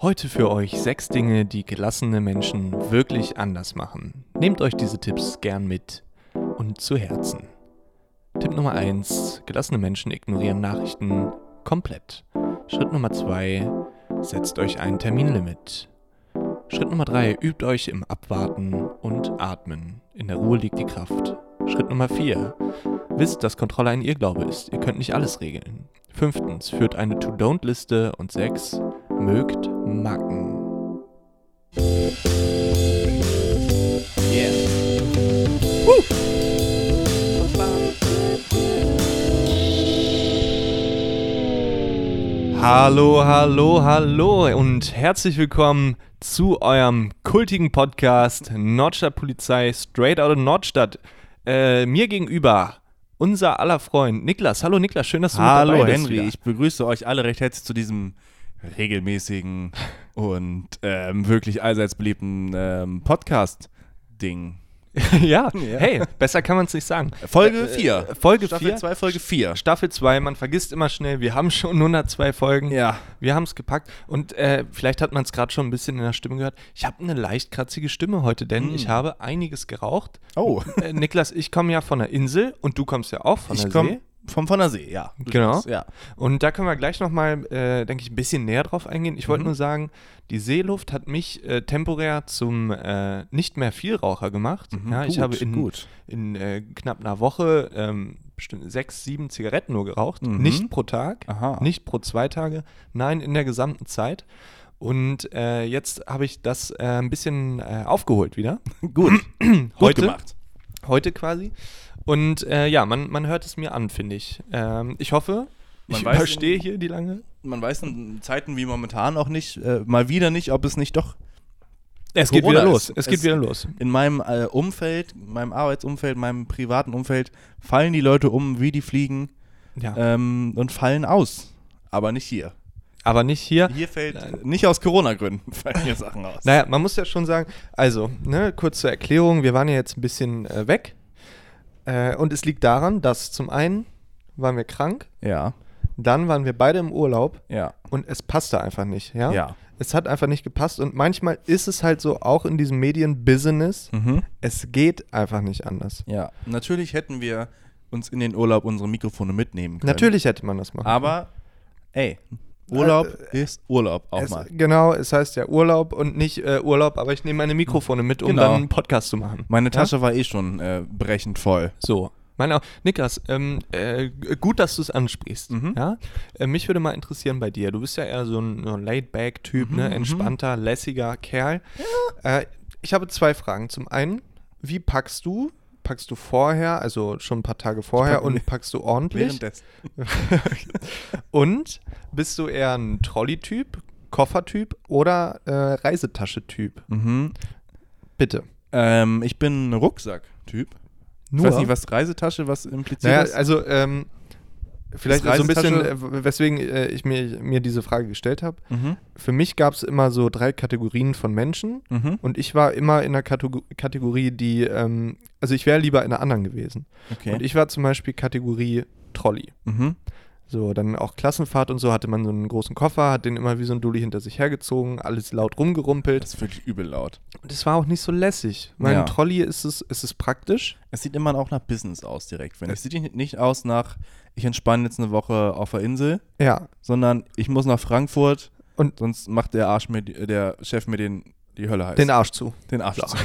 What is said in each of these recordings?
Heute für euch sechs Dinge, die gelassene Menschen wirklich anders machen. Nehmt euch diese Tipps gern mit und zu Herzen. Tipp Nummer 1. Gelassene Menschen ignorieren Nachrichten komplett. Schritt Nummer 2. Setzt euch ein Terminlimit. Schritt Nummer 3. Übt euch im Abwarten und Atmen. In der Ruhe liegt die Kraft. Schritt Nummer 4. Wisst, dass Kontrolle ein Irrglaube ist. Ihr könnt nicht alles regeln. Fünftens. Führt eine To-Don't-Liste. Und sechs. Mögt Macken. Yeah. Woo! Hallo, hallo, hallo und herzlich willkommen zu eurem kultigen Podcast Nordstadt Polizei Straight Outta Nordstadt. Äh, mir gegenüber unser aller Freund Niklas. Hallo Niklas, schön, dass du mit Hallo dabei bist. Henry, wieder. ich begrüße euch alle recht herzlich zu diesem regelmäßigen und ähm, wirklich allseits beliebten ähm, Podcast-Ding. ja. hey, besser kann man es nicht sagen. Folge 4. äh, Folge Staffel vier? 2, Folge 4. Staffel 2, man vergisst immer schnell, wir haben schon 102 Folgen. Ja. Wir haben es gepackt und äh, vielleicht hat man es gerade schon ein bisschen in der Stimme gehört. Ich habe eine leicht kratzige Stimme heute, denn ich habe einiges geraucht. Oh. Äh, Niklas, ich komme ja von der Insel und du kommst ja auch von Ich der See. komme vom von der See, ja. Du Genau. kommst, Ja. Und da können wir gleich nochmal, äh, denke ich, ein bisschen näher drauf eingehen. Ich wollte Mhm. nur sagen, die Seeluft hat mich äh, temporär zum äh, nicht mehr Vielraucher gemacht. ja, ich Mhm. gut, habe in, gut. in äh, knapp einer Woche ähm, bestimmt sechs, sieben Zigaretten nur geraucht. Nicht pro Tag, Mhm. Aha. nicht pro zwei Tage, nein, in der gesamten Zeit. Und äh, jetzt habe ich das äh, ein bisschen äh, aufgeholt wieder. Gut. Heute? Gut gemacht. Heute quasi. Und äh, ja, man, man hört es mir an, finde ich. Ähm, ich hoffe, Man ich weiß- überstehe hier die lange Man weiß in Zeiten wie momentan auch nicht, äh, mal wieder nicht, ob es nicht doch Es geht wieder los. Es, geht wieder los. in meinem äh, Umfeld, meinem Arbeitsumfeld, meinem privaten Umfeld, fallen die Leute um, wie die fliegen Ja. ähm, und fallen aus. Aber nicht hier. Aber nicht hier. Hier fällt nicht aus Corona-Gründen fallen hier Sachen aus. Naja, man muss ja schon sagen, also, ne, kurz zur Erklärung, wir waren ja jetzt ein bisschen äh, weg. Äh, und es liegt daran, dass zum einen waren wir krank, Ja, dann waren wir beide im Urlaub ja, und es passte einfach nicht, ja? ja. Es hat einfach nicht gepasst und manchmal ist es halt so, auch in diesem Medienbusiness, Mhm. es geht einfach nicht anders. Ja, natürlich hätten wir uns in den Urlaub unsere Mikrofone mitnehmen können. Natürlich hätte man das machen Aber, ey, Urlaub ist Urlaub auch äh, Es, mal. genau, es heißt ja Urlaub und nicht äh, Urlaub, aber ich nehme meine Mikrofone mit, um Genau. dann einen Podcast zu machen. Meine Tasche war eh schon äh, brechend voll. So. Meine auch. Niklas, ähm, äh, g- gut, dass du es ansprichst. Mhm. Ja? Äh, mich würde mal interessieren bei dir. Du bist ja eher so ein, so ein Laid-Back-Typ, Mhm, ne? entspannter, lässiger Kerl. Äh, ich habe zwei Fragen. Zum einen, wie packst du? Packst du vorher, also schon ein paar Tage vorher packe und packst du ordentlich? Währenddessen. und bist du eher ein Trolley-Typ, Koffertyp oder äh, Reisetasche-Typ? Mhm. Bitte. Ähm, ich bin ein Rucksack-Typ. Ich weiß nicht, was Reisetasche, was impliziert Naja, ist. also ähm, vielleicht Ist so ein bisschen, Reisetasche- äh, w- weswegen äh, ich mir, mir diese Frage gestellt habe. mhm. Für mich gab es immer so drei Kategorien von Menschen Mhm. und ich war immer in der Kategor Kategorie, die, ähm, also ich wäre lieber in einer anderen gewesen. Okay. Und ich war zum Beispiel Kategorie Trolley. mhm. So, dann auch Klassenfahrt und so hatte man so einen großen Koffer, hat den immer wie so ein Dulli hinter sich hergezogen, alles laut rumgerumpelt. Das ist wirklich übel laut. Und es war auch nicht so lässig. Mein Ja. Trolley ist es, ist es praktisch. Es sieht immer auch nach Business aus direkt. Wenn es sieht nicht- nicht aus nach, ich entspanne jetzt eine Woche auf der Insel, Ja, sondern ich muss nach Frankfurt Und- sonst macht der Arsch mir die- der Chef mir den die Hölle heiß. den Arsch zu. Den Arsch zu.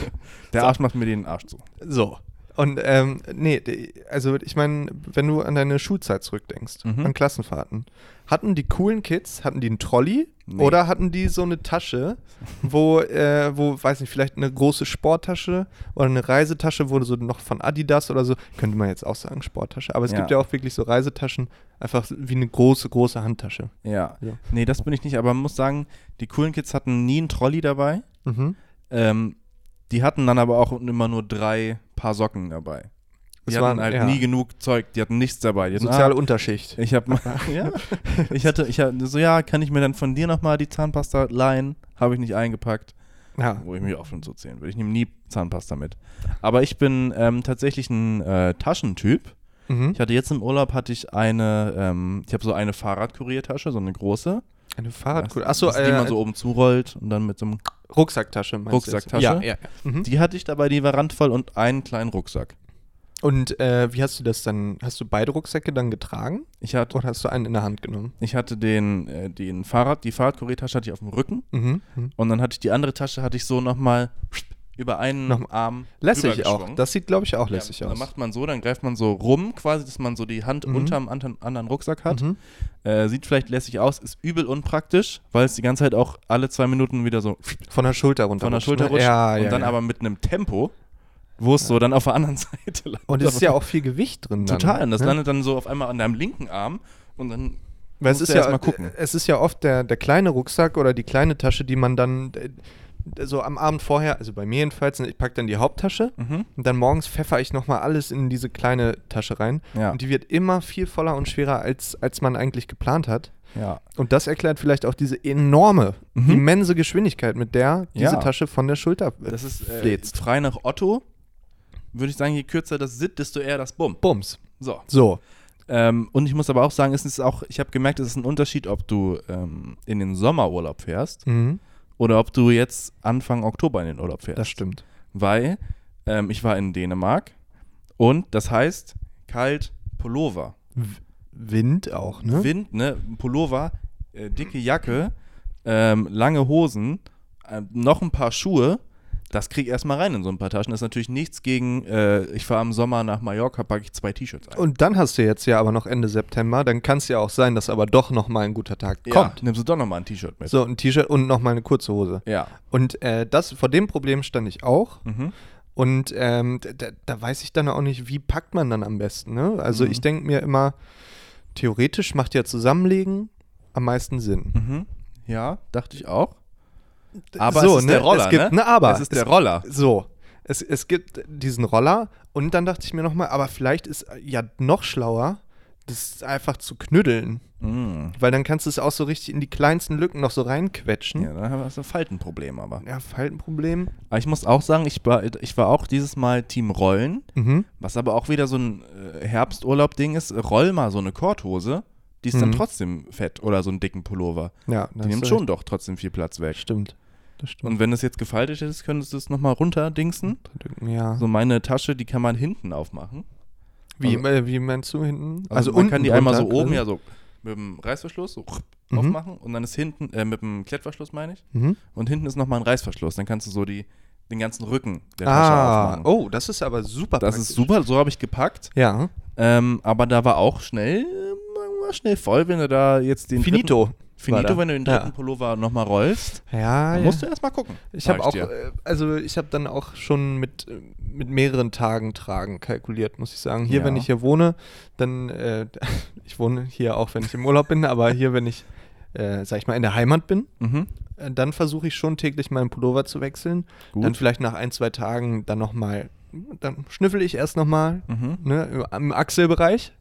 Der Arsch macht mir den Arsch zu. So. Und ähm, nee, d- also ich meine, wenn du an deine Schulzeit zurückdenkst, Mhm. an Klassenfahrten, hatten die coolen Kids, hatten die einen Trolley Nee. oder hatten die so eine Tasche, wo, äh, wo, weiß nicht, vielleicht eine große Sporttasche oder eine Reisetasche wurde so noch von Adidas oder so, könnte man jetzt auch sagen Sporttasche, aber es Ja. gibt ja auch wirklich so Reisetaschen, einfach wie eine große, große Handtasche. Ja. Ja. Nee, das bin ich nicht, aber man muss sagen, die coolen Kids hatten nie einen Trolley dabei. Mhm. Ähm, die hatten dann aber auch immer nur drei Paar Socken dabei. Die Es hatten waren- halt ja. nie genug Zeug, die hatten nichts dabei. Die hatten, ah, Soziale Unterschicht. Ich habe ja, ich hatte ich hatte so ja, kann ich mir dann von dir noch mal die Zahnpasta leihen? Habe ich nicht eingepackt, Ja. wo ich mich auch schon so zählen würde. Ich nehme nie Zahnpasta mit. Aber ich bin ähm, tatsächlich ein äh, Taschentyp. Mhm. Ich hatte jetzt im Urlaub hatte ich eine ähm, ich habe so eine Fahrradkuriertasche, so eine große Eine Weißt Fahrradkugel. du, Achso, das, die äh, man so Mhm. oben zurollt und dann mit so einem. Rucksacktasche meinst Rucksacktasche? du? jetzt? Ja, ja. ja. Mhm. Die hatte ich dabei, die war randvoll und einen kleinen Rucksack. Und äh, wie hast du das dann? Hast du beide Rucksäcke dann getragen Ich hatte, oder hast du einen in der Hand genommen? ich hatte den, äh, den Fahrrad, die Fahrradkuriertasche hatte ich auf dem Rücken Mhm. Mhm. und dann hatte ich die andere Tasche, hatte ich so nochmal über einen Nochmal. Arm. Lässig auch. rübergeschwungen. Das sieht, glaube ich, auch lässig ja, Dann aus. macht man so, dann greift man so rum, quasi, dass man so die Hand Mhm. unterm anderen, anderen Rucksack hat. Mhm. Äh, sieht vielleicht lässig aus, ist übel unpraktisch, weil es die ganze Zeit auch alle zwei Minuten wieder so Von der Schulter runter. von der Schulter ne? rutscht Ja, und ja, dann ja. aber mit einem Tempo, wo es so dann auf der anderen Seite landet. Und es ist ja auch viel Gewicht drin. Dann, total. Und das ne? landet dann so auf einmal an deinem linken Arm und dann Weil es ist musst du erst ja, mal gucken. es ist ja oft der, der kleine Rucksack oder die kleine Tasche, die man dann äh, so am Abend vorher, also bei mir jedenfalls, ich packe dann die Haupttasche Mhm. und dann morgens pfeffer ich nochmal alles in diese kleine Tasche rein. Ja. Und die wird immer viel voller und schwerer, als, als man eigentlich geplant hat. ja. Und das erklärt vielleicht auch diese enorme, Mhm. immense Geschwindigkeit, mit der diese Ja. Tasche von der Schulter äh, Das ist äh, fläzt. frei nach Otto. Würde ich sagen, je kürzer das Sit, desto eher das Bumm. Bums. So. So. Ähm, und ich muss aber auch sagen, es ist auch, ich habe gemerkt, es ist ein Unterschied, ob du ähm, in den Sommerurlaub fährst Mhm. oder ob du jetzt Anfang Oktober in den Urlaub fährst. Das stimmt. Weil ähm, ich war in Dänemark und das heißt kalt Pullover. Wind auch, ne? Wind, ne? Pullover, äh, dicke Jacke, ähm, lange Hosen, ähm, noch ein paar Schuhe. Das krieg ich erstmal rein in so ein paar Taschen. Das ist natürlich nichts gegen, äh, ich fahre im Sommer nach Mallorca, packe ich zwei T-Shirts ein. Und dann hast du jetzt ja aber noch Ende September, dann kann es ja auch sein, dass aber doch nochmal ein guter Tag kommt. Ja, nimmst du doch nochmal ein T-Shirt mit. So, ein T-Shirt und nochmal eine kurze Hose. Ja. Und äh, das, vor dem Problem stand ich auch. Mhm. Und ähm, da- da, da weiß ich dann auch nicht, wie packt man dann am besten. Ne? Also Mhm. ich denke mir immer, theoretisch macht ja Zusammenlegen am meisten Sinn. Mhm. Ja, dachte ich auch. Aber so, es ist ne? der Roller, es gibt, ne? Aber es ist der Roller. So, es, es gibt diesen Roller und dann dachte ich mir nochmal, aber vielleicht ist äh, ja noch schlauer, das einfach zu knüddeln. Mhm. Weil dann kannst du es auch so richtig in die kleinsten Lücken noch so reinquetschen. Ja, dann haben wir so ein Faltenproblem aber. Ja, Faltenproblem. Mhm. Aber ich muss auch sagen, ich war, ich war auch dieses Mal Team Rollen, Mhm. was aber auch wieder so ein äh, Herbsturlaub-Ding ist. Roll mal so eine Korthose, die ist dann Mhm. trotzdem fett oder so einen dicken Pullover. Ja, das Die nimmt schon doch trotzdem viel Platz weg. Stimmt. Das stimmt. Und wenn es jetzt gefaltet ist, könntest du es nochmal runterdingsen. ja. So meine Tasche, die kann man hinten aufmachen. wie, äh, wie meinst du hinten? Also, man kann die einmal so oben ja. ja so mit dem Reißverschluss so Mhm. aufmachen und dann ist hinten, äh, mit dem Klettverschluss meine ich, Mhm. und hinten ist nochmal ein Reißverschluss. Dann kannst du so die, den ganzen Rücken der Tasche Ah, aufmachen. oh, das ist aber super Das praktisch. ist super, so habe ich gepackt. Ja. Ähm, aber da war auch schnell, ähm, war schnell voll, wenn du da jetzt den Finito. dritten, Finito, da. wenn du den dritten Ja. Ah, Pullover nochmal rollst, Ja, dann ja. musst du erstmal gucken. ich sag habe auch, dir. äh, also ich habe dann auch schon mit, äh, mit mehreren Tagen tragen kalkuliert, muss ich sagen. Hier, Ja. wenn ich hier wohne, dann, äh, ich wohne hier auch, wenn ich im Urlaub bin, aber hier, wenn ich, äh, sag ich mal, in der Heimat bin, mhm. Äh, dann versuche ich schon täglich meinen Pullover zu wechseln. Gut. Dann vielleicht nach ein, zwei Tagen dann nochmal, dann schnüffel ich erst nochmal Mhm. ne, im- im Achselbereich,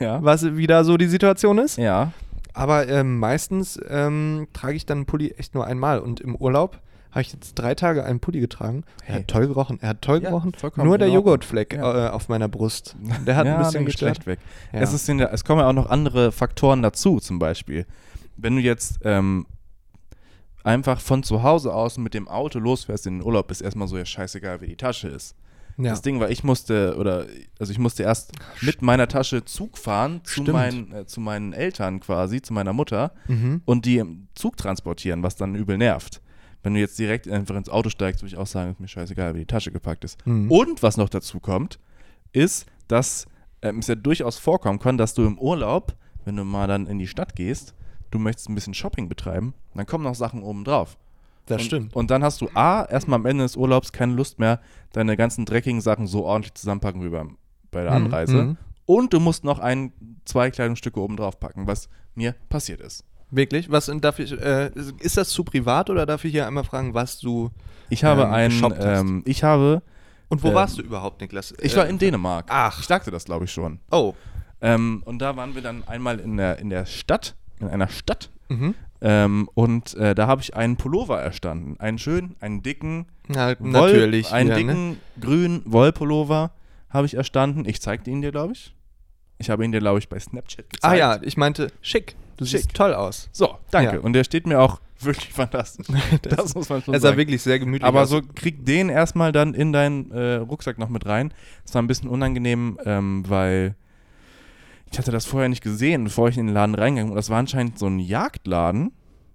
Ja. was wieder so die Situation ist. Ja. Aber ähm, meistens ähm, trage ich dann einen Pulli echt nur einmal. Und im Urlaub habe ich jetzt drei Tage einen Pulli getragen. Er Hey. hat toll gerochen, er hat toll Ja, gerochen. vollkommen Nur der in Ordnung. Joghurtfleck Ja. äh, auf meiner Brust. Der hat ja, ein bisschen dann geht's gestört. schlecht weg. Ja. Es, ist in der, es kommen ja auch noch andere Faktoren dazu, zum Beispiel. Wenn du jetzt ähm, einfach von zu Hause aus mit dem Auto losfährst in den Urlaub, ist erstmal so ja scheißegal, wie die Tasche ist. ja. Das Ding war, ich musste, oder, also ich musste erst mit meiner Tasche Zug fahren zu Stimmt. meinen, äh, zu meinen Eltern quasi, zu meiner Mutter Mhm. und die im Zug transportieren, was dann übel nervt. Wenn du jetzt direkt einfach ins Auto steigst, würde ich auch sagen, ist mir scheißegal, wie die Tasche gepackt ist. Mhm. Und was noch dazu kommt, ist, dass ähm, es ja durchaus vorkommen kann, dass du im Urlaub, wenn du mal dann in die Stadt gehst, du möchtest ein bisschen Shopping betreiben, dann kommen noch Sachen oben drauf. Das Und- stimmt. Und dann hast du A, erstmal am Ende des Urlaubs keine Lust mehr, deine ganzen dreckigen Sachen so ordentlich zusammenpacken wie beim, bei der Mhm, Anreise. mhm. Und du musst noch ein, zwei Kleidungsstücke oben drauf packen, was mir passiert ist. Wirklich? Was darf ich, äh, ist das zu privat oder darf ich hier einmal fragen, was du Ich habe Ähm, einen, geshoppt hast. ähm, ich habe, Und wo Ähm, warst du überhaupt, Niklas? ich Äh, war in Dänemark. Ach. Ich sagte das, glaube ich, schon. Oh. Ähm, und da waren wir dann einmal in der, in der Stadt, in einer Stadt. Mhm. Ähm, und äh, da habe ich einen Pullover erstanden. Einen schönen, einen dicken, Na, Woll, natürlich. Einen wieder, ne? dicken, grünen Wollpullover habe ich erstanden. Ich zeigte ihn dir, glaube ich. Ich habe ihn dir, glaube ich, bei Snapchat gezeigt. Ah ja, ich meinte schick. du Schick. siehst toll aus. So, danke. Ja. Und der steht mir auch wirklich fantastisch. Das, muss man schon Er sah sagen. wirklich sehr gemütlich Aber aus. so krieg den erstmal dann in deinen äh, Rucksack noch mit rein. Das war ein bisschen unangenehm, ähm, weil ich hatte das vorher nicht gesehen, bevor ich in den Laden reingegangen bin. Und das war anscheinend so ein Jagdladen.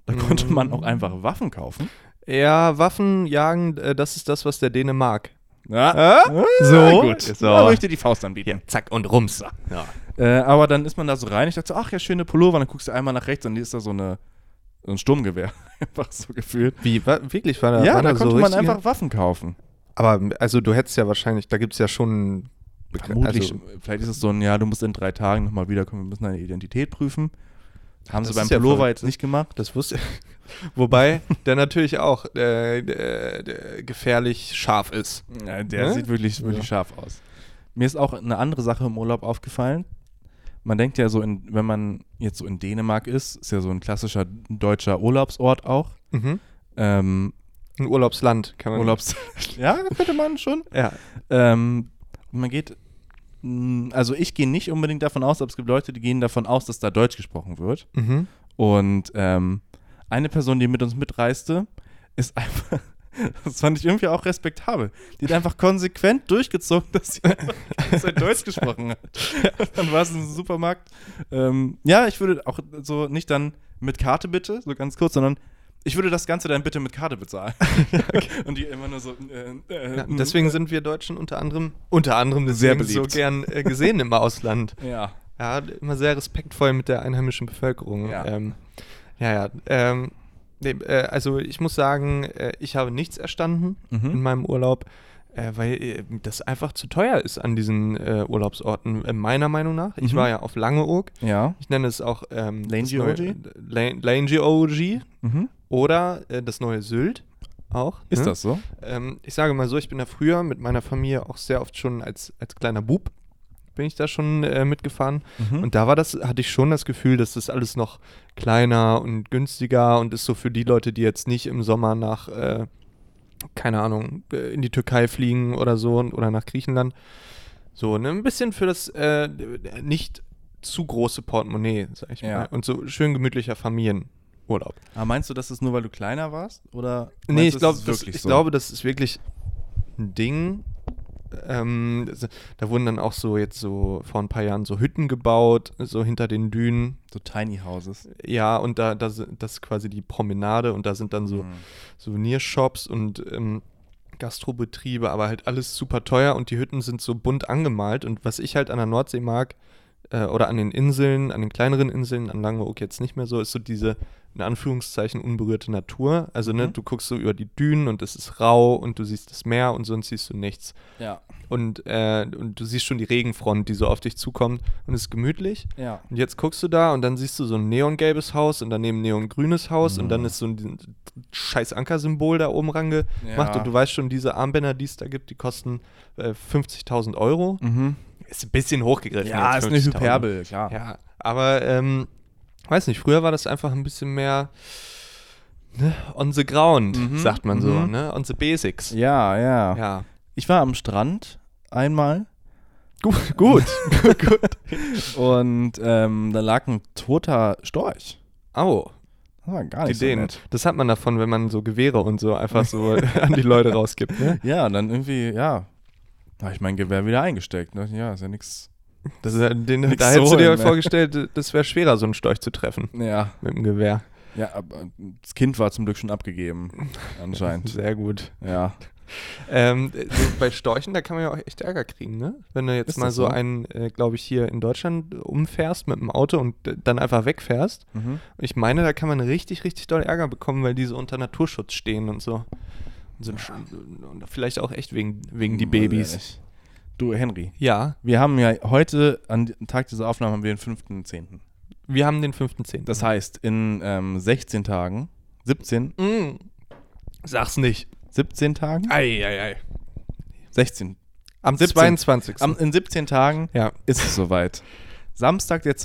Da konnte man auch einfach Waffen kaufen. Ja, Waffen jagen, äh, das ist das, was der Däne mag. Ja. so? gut. So. Da würde ich dir die Faust anbieten. Zack und rums. Ja. Äh, aber dann ist man da so rein. Ich dachte so, ach ja, schöne Pullover. Und dann guckst du einmal nach rechts und die ist da so, eine, so ein Sturmgewehr. einfach so gefühlt. Wie, wa- wirklich war da, Ja, war da so konnte man richtige- einfach Waffen kaufen. Aber also du hättest ja wahrscheinlich, da gibt es ja schon Begr- Vermutlich, Also, vielleicht ist es so ein, ja, du musst in drei Tagen nochmal wiederkommen, wir müssen deine Identität prüfen. Haben Das sie beim ist ja Pullover verrückt, jetzt nicht gemacht. das wusste Wobei der natürlich auch äh, d- d- gefährlich scharf ist. Ja, der Ne? sieht wirklich, wirklich Ja. scharf aus. Mir ist auch eine andere Sache im Urlaub aufgefallen. Man denkt ja so, in, wenn man jetzt so in Dänemark ist, ist ja so ein klassischer deutscher Urlaubsort auch. Ähm, Ein Urlaubsland kann man. Urlaubs. ja, könnte man schon. Ja. Ähm, und man geht, mh, also ich gehe nicht unbedingt davon aus, aber es gibt Leute, die gehen davon aus, dass da Deutsch gesprochen wird. Mhm. Und ähm, eine Person, die mit uns mitreiste, ist einfach, das fand ich irgendwie auch respektabel, die hat einfach konsequent durchgezogen, dass sie einfach die ganze Zeit Deutsch gesprochen hat. Und dann war es im Supermarkt. Ähm, ja, ich würde auch so nicht dann mit Karte bitte, so ganz kurz, sondern ich würde das Ganze dann bitte mit Karte bezahlen. Und die immer nur so. Äh, äh, Ja, deswegen sind wir Deutschen unter anderem unter anderem deswegen so beliebt. gern äh, gesehen im Ausland. Ja. Ja, immer sehr respektvoll mit der einheimischen Bevölkerung. Ja. ähm, ja. ja ähm, nee, äh, also ich muss sagen, äh, ich habe nichts erstanden Mhm. in meinem Urlaub, äh, weil äh, das einfach zu teuer ist an diesen äh, Urlaubsorten, äh, meiner Meinung nach. Ich Mhm. war ja auf Langeoog. Ja. Ich nenne es auch ähm, das Langeoog? neue- Lan- Langeoog Mhm. oder äh, das neue Sylt auch. Ist ne? das so? Ähm, ich sage mal so, ich bin da früher mit meiner Familie auch sehr oft schon als, als kleiner Bub bin ich da schon äh, mitgefahren. Mhm. Und da war das, hatte ich schon das Gefühl, dass das alles noch kleiner und günstiger und ist so für die Leute, die jetzt nicht im Sommer nach, äh, keine Ahnung, äh, in die Türkei fliegen oder so und, oder nach Griechenland. So, ne, ein bisschen für das äh, nicht zu große Portemonnaie, sag ich Ja. mal. Und so schön gemütlicher Familienurlaub. Aber meinst du, das ist nur, weil du kleiner warst? Oder Nee, meinst ich, du, glaub, es ist das, ich glaube, das ist wirklich ein Ding. Ähm, das- da wurden dann auch so jetzt so vor ein paar Jahren so Hütten gebaut, so hinter den Dünen. so Tiny Houses. Ja, und da, da si- das ist quasi die Promenade und da sind dann so Mhm. Souvenirshops und ähm, Gastrobetriebe, aber halt alles super teuer und die Hütten sind so bunt angemalt. Und was ich halt an der Nordsee mag, äh, oder an den Inseln, an den kleineren Inseln, an Langeoog jetzt nicht mehr so, ist so diese, in Anführungszeichen, unberührte Natur. Also, ne, Mhm. du guckst so über die Dünen und es ist rau und du siehst das Meer und sonst siehst du nichts. Ja, Und, äh, und du siehst schon die Regenfront, die so auf dich zukommt und es ist gemütlich. ja. Und jetzt guckst du da und dann siehst du so ein neongelbes Haus und daneben ein neongrünes Haus und Mhm. dann ist so ein scheiß Ankersymbol da oben rangemacht Ja. und du weißt schon, diese Armbänder, die es da gibt, die kosten äh, 50.000 Euro. Mhm. Ist ein bisschen hochgegriffen. Ja, jetzt ist eine 50.000. Hyperbel, klar. Ja, aber ähm, weiß nicht, früher war das einfach ein bisschen mehr ne, on the ground, Mhm, sagt man so, mhm. ne? on the basics. Ja, ja. Ja. Ich war am Strand einmal Gut, gut. und ähm, da lag ein toter Storch. Au. Das war gar Die nicht so Dänen. nett. Das hat man davon, wenn man so Gewehre und so einfach so an die Leute rausgibt. Ne? Ja, und dann irgendwie, ja, habe ich mein Gewehr wieder eingesteckt. Ne? Ja, ist ja nix. Das ist, ja- den, Nix da zu hättest du dir holen, ne? vorgestellt, das wäre schwerer, so einen Storch zu treffen Ja, mit dem Gewehr. ja, aber das Kind war zum Glück schon abgegeben, anscheinend. Sehr gut. Ja. Ähm, so bei Storchen, da kann man ja auch echt Ärger kriegen, ne? Wenn du jetzt Ist mal das so so? einen, äh, glaube ich, hier in Deutschland umfährst mit dem Auto und äh, dann einfach wegfährst. Mhm. Ich meine, da kann man richtig, richtig doll Ärger bekommen, weil die so unter Naturschutz stehen und so. Und, so und vielleicht auch echt wegen, wegen die Babys. Ehrlich. Mhm. Äh, Du, Henry, Ja, wir haben ja heute, an dem Tag dieser Aufnahme, haben wir den 5.10. wir haben den 15. Das heißt, in ähm, 16 Tagen, 17, Mm. Sag's nicht. 17 Tagen? Ei, ei, ei. 16. Am 17. 22. Am, in 17 Tagen ja, ist es soweit. Samstag, der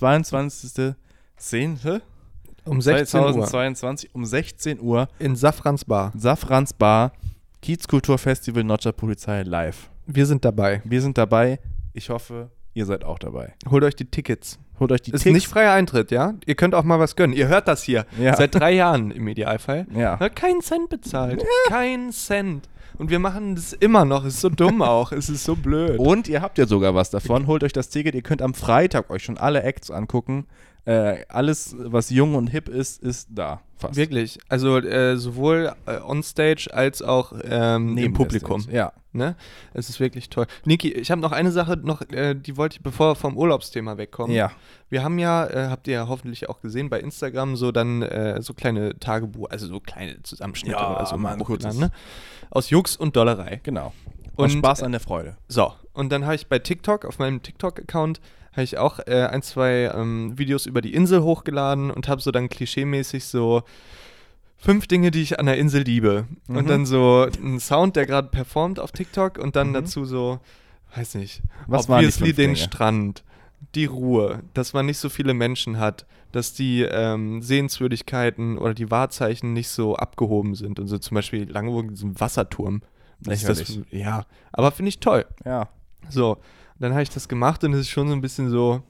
22.10. um 16 Uhr. 2022 um 16 Uhr, In Safrans Bar. Safrans Bar, Kiezkulturfestival Notcher Polizei live. Wir sind dabei. Wir sind dabei. Ich hoffe, ihr seid auch dabei. Holt euch die Tickets. Holt euch die Ist Ticks. nicht freier Eintritt, ja? Ihr könnt auch mal was gönnen. Ihr hört das hier. Ja. Seit drei Jahren im Idealfall. Ja. Na, Keinen Cent bezahlt. Keinen Cent. Und wir machen das immer noch. Ist so dumm auch. es ist so blöd. Und ihr habt ja sogar was davon. Holt euch das Ticket. Ihr könnt am Freitag euch schon alle Acts angucken. Äh, alles, was jung und hip ist, ist da. Fast. Wirklich. Also äh, sowohl äh, onstage als auch ähm, im Publikum. Backstage. Ja. Ne? Es ist wirklich toll. Niki, ich habe noch eine Sache, noch, äh, die wollte ich, bevor wir vom Urlaubsthema wegkommen. Ja. Wir haben ja, äh, habt ihr ja hoffentlich auch gesehen, bei Instagram so dann äh, so kleine Tagebuch, also so kleine Zusammenschnitte Ja, oder so mal ein hochgeladen, kurzes. ne? Aus Jux und Dollerei. Genau. Und- Und Spaß an der Freude. So, und dann habe ich bei TikTok, auf meinem TikTok-Account, habe ich auch äh, ein, zwei ähm, Videos über die Insel hochgeladen und habe so dann klischeemäßig so fünf Dinge, die ich an der Insel liebe. Mhm. Und dann so ein Sound, der gerade performt auf TikTok und dann dazu so, weiß nicht, Mhm. Was waren die obviously fünf den Dinge? Strand, die Ruhe, dass man nicht so viele Menschen hat, dass die ähm, Sehenswürdigkeiten oder die Wahrzeichen nicht so abgehoben sind und so zum Beispiel Langeburg, diesen Wasserturm. Was ist Das, Lächerlich. ja, aber finde ich toll. Ja. So, dann habe ich das gemacht und es ist schon so ein bisschen so,